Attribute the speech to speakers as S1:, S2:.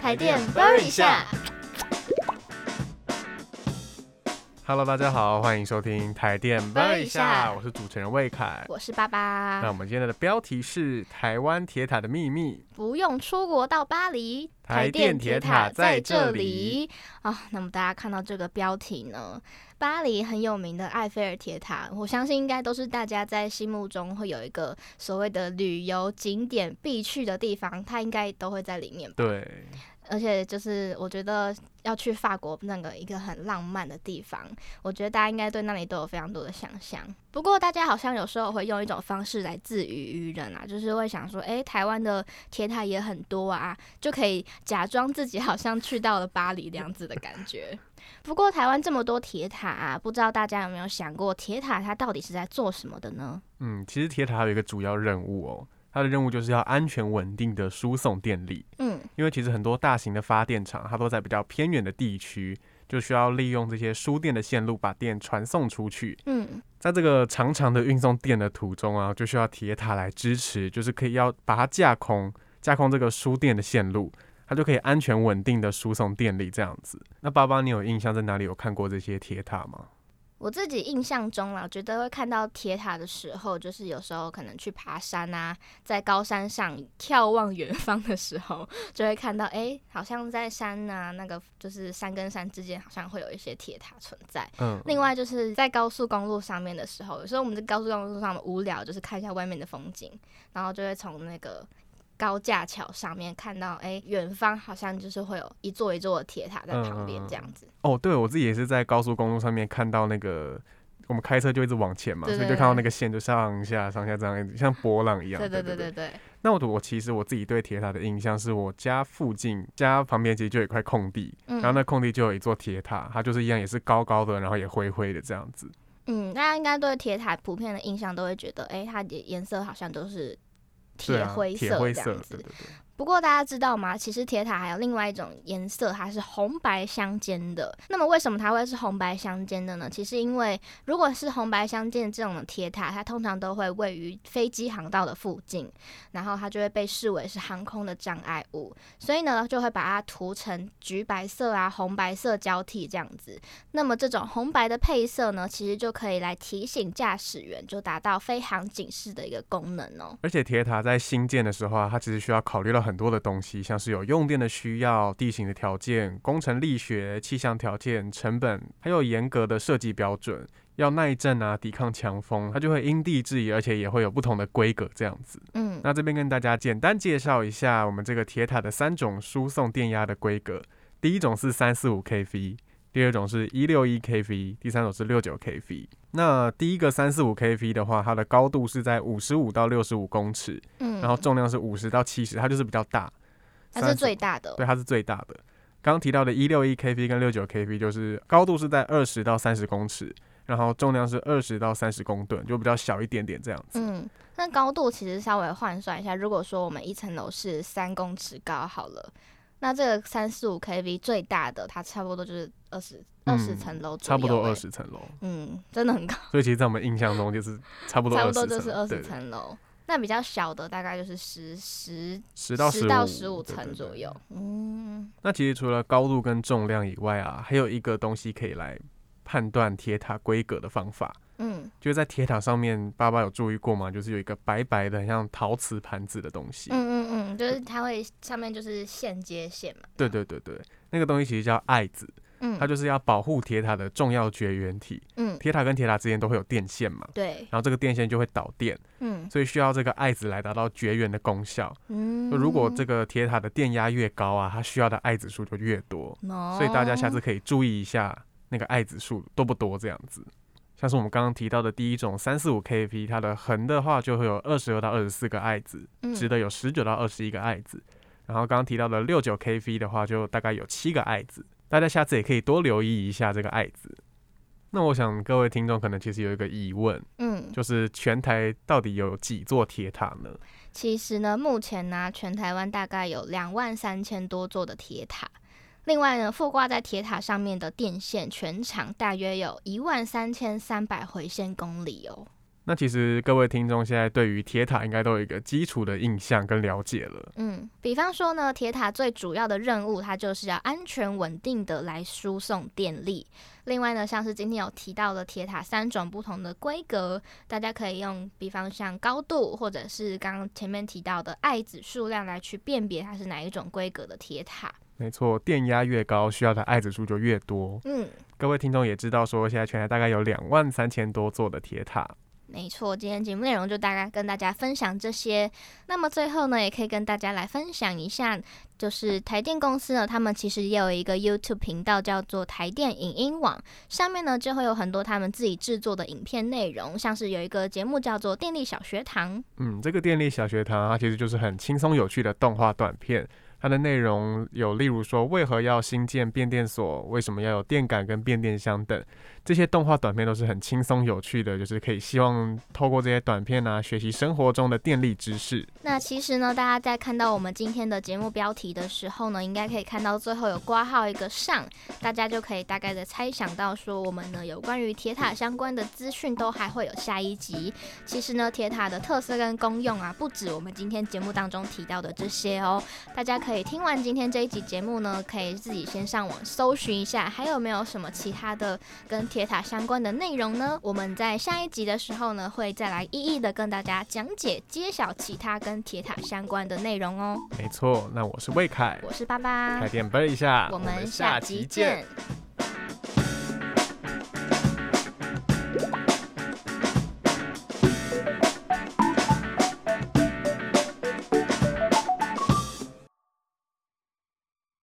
S1: 台电 Burn 一下。
S2: Hello，大家好，欢迎收听台电
S1: Burn 一下
S2: 我是主持人魏凯。
S1: 我是爸
S2: 那
S1: 爸，
S2: 我们今天的标题是《台湾铁塔的秘密
S1: 不用出国到巴黎，
S2: 台电铁塔在这里
S1: 啊。那么大家看到这个标题呢，巴黎很有名的埃菲尔铁塔，我相信应该都是大家在心目中会有一个所谓的旅游景点必去的地方，它应该都会在里面》。吧。
S2: 对，
S1: 而且就是我觉得要去法国那个一个很浪漫的地方，我觉得大家应该对那里都有非常多的想象。不过大家好像有时候会用一种方式来自娱于人啊，就是会想说，诶，台湾的铁塔也很多啊，就可以假装自己好像去到了巴黎那样子的感觉。不过台湾这么多铁塔、啊，不知道大家有没有想过，铁塔它到底是在做什么的呢？
S2: 嗯，其实铁塔还有一个主要任务哦，它的任务就是要安全稳定的输送电力，
S1: 嗯，
S2: 因为其实很多大型的发电厂它都在比较偏远的地区，就需要利用这些输电的线路把电传送出去。
S1: 嗯，
S2: 在这个长长的运送电的途中啊，就需要铁塔来支持，就是可以要把它架空，架空这个输电的线路，它就可以安全稳定的输送电力这样子。那爸爸，你有印象在哪里有看过这些铁塔吗？
S1: 我自己印象中啦，我觉得会看到铁塔的时候，就是有时候可能去爬山啊，在高山上眺望远方的时候，就会看到，诶，好像在山啊，那个就是山跟山之间好像会有一些铁塔存在。
S2: 嗯，
S1: 另外就是在高速公路上面的时候，有时候我们在高速公路上无聊，就是看一下外面的风景，然后就会从那个高架桥上面看到，诶，远方好像就是会有一座一座的铁塔在旁边
S2: 嗯嗯嗯
S1: 这样子。
S2: 哦，对我自己也是在高速公路上面看到那个。我们开车就一直往前嘛，
S1: 对
S2: 所以
S1: 对
S2: 就看到
S1: 对
S2: 那个线就上下上下这样，像波浪一样。
S1: 对
S2: 对
S1: 对
S2: 对
S1: 对对。
S2: 那我我其实我自己对铁塔的印象是我家附近家旁边其实就有一块空地，
S1: 嗯
S2: 然后那空地就有一座铁塔，它就是一样也是高高的，然后也灰灰的这样子。
S1: 嗯，大家应该对铁塔普遍的印象都会觉得，哎、它的颜色好像都是
S2: 对
S1: 铁
S2: 啊，
S1: 灰
S2: 铁
S1: 色
S2: 灰
S1: 这
S2: 色，
S1: 样子。
S2: 对对对，
S1: 不过大家知道吗？其实铁塔还有另外一种颜色，它是红白相间的。那么为什么它会是红白相间的呢？其实因为如果是红白相间这种的铁塔，它通常都会位于飞机航道的附近，然后它就会被视为是航空的障碍物，所以呢就会把它涂成橘白色啊、红白色交替这样子。那么这种红白的配色呢，其实就可以来提醒驾驶员，就达到飞航警示的一个功能哦。
S2: 而且铁塔在新建的时候啊，它其实需要考虑到很多的东西，像是有用电的需要、地形的条件、工程力学、气象条件、成本，还有严格的设计标准，要耐震啊、抵抗强风，它就会因地制宜，而且也会有不同的规格这样子。
S1: 嗯，
S2: 那这边跟大家简单介绍一下我们这个铁塔的三种输送电压的规格。第一种是三四五 kV，第二种是一六一 kV，第三种是六九 kV。那第一个三四五 kV 的话，它的高度是在五十五到六十五公尺，
S1: 嗯，
S2: 然后重量是五十到七十，它就是比较大。
S1: 它是最
S2: 35
S1: 大的哦、
S2: 对，它是最大的。刚刚提到的一六一 kV 跟六九 kV 就是高度是在二十到三十公尺，然后重量是二十到三十公吨，就比较小一点点这样子。
S1: 嗯，那高度其实稍微换算一下，如果说我们一层楼是三公尺高好了，那这个三四五 kV 最大的，它差不多就是二十二十
S2: 嗯
S1: 层楼左右、欸
S2: 差不多二。十层楼。
S1: 嗯，真的很高，
S2: 所以其实，在我们印象中就是差不多
S1: 差
S2: 二
S1: 不
S2: 十
S1: 多
S2: 层，
S1: 就是二
S2: 对
S1: 十，层楼。那比较小的大概就是十十
S2: 十到
S1: 10到十五层左。
S2: 对对
S1: 右
S2: 对。
S1: 嗯，
S2: 那其实除了高度跟重量以外啊，还有一个东西可以来判断铁塔规格的方法，
S1: 嗯
S2: 就是在铁塔上面，爸爸有注意过吗？就是有一个白白的，很像陶瓷盘子的东西。
S1: 嗯嗯嗯，就是它会上面就是线接线嘛。
S2: 对对对对，那个东西其实叫艾子，它
S1: 嗯
S2: 就是要保护铁塔的重要绝缘体。
S1: 嗯，
S2: 铁塔跟铁塔之间都会有电线嘛，
S1: 对，
S2: 然后这个电线就会导电，
S1: 嗯
S2: 所以需要这个艾子来达到绝缘的功效。
S1: 嗯
S2: 就。如果这个铁塔的电压越高啊，它需要的爱子数就越多，所以大家下
S1: 次。
S2: 次可以注意一下那个爱子数多不多这样子。像是我们刚刚提到的第一种三四五 kV，它的横的话就会有二十二到二十四个爱子，
S1: 嗯
S2: 直的有十九到二十一个爱子。然后刚刚提到的六九 kV 的话，就大概有七个爱子。大家下次也可以多留意一下这个爱子。那我想各位听众可能其实有一个疑问，
S1: 嗯，
S2: 就是全台到底有几座铁塔呢？
S1: 其实呢，目前呢、全台湾大概有两万三千多座的铁塔。另外呢，覆挂在铁塔上面的电线，全长大约有一万三千三百回线公里哦。
S2: 那其实各位听众现在对于铁塔应该都有一个基础的印象跟了解了。
S1: 嗯，比方说呢，铁塔最主要的任务，它就是要安全稳定的来输送电力。另外呢，像是今天有提到的铁塔三种不同的规格，大家可以用，比方像高度，或者是刚刚前面提到的爱子数量来去辨别它是哪一种规格的铁塔。
S2: 没错，电压越高，需要的爱子数就越多。
S1: 嗯，
S2: 各位听众也知道说，现在全台大概有两万三千多座的铁塔。
S1: 没错，今天节目内容就大概跟大家分享这些。那么最后呢，也可以跟大家来分享一下，就是台电公司呢，他们其实也有一个 YouTube 频道叫做台电影音网，上面呢就会有很多他们自己制作的影片内容，像是有一个节目叫做《电力小学堂》。
S2: 嗯，这个电力小学堂它其实就是很轻松有趣的动画短片。它的内容有，例如说为何要新建变电所，为什么要有电感跟变电箱等，这些动画短片都是很轻松有趣的，就是可以希望透过这些短片呢、啊，学习生活中的电力知识。
S1: 那其实呢，大家在看到我们今天的节目标题的时候呢，应该可以看到最后有挂号一个上，大家就可以大概的猜想到说，我们呢有关于铁塔相关的资讯都还会有下一集。其实呢，铁塔的特色跟功用啊，不止我们今天节目当中提到的这些哦。大家可以听完今天这一集节目呢，可以自己先上网搜寻一下，还有没有什么其他的跟铁塔相关的内容呢？我们在下一集的时候呢，会再来一一的跟大家讲解、揭晓其他跟铁塔相关的内容哦。
S2: 没错，那我是魏凯，
S1: 我是爸爸
S2: 开，电奔一下，
S1: 我们下集见。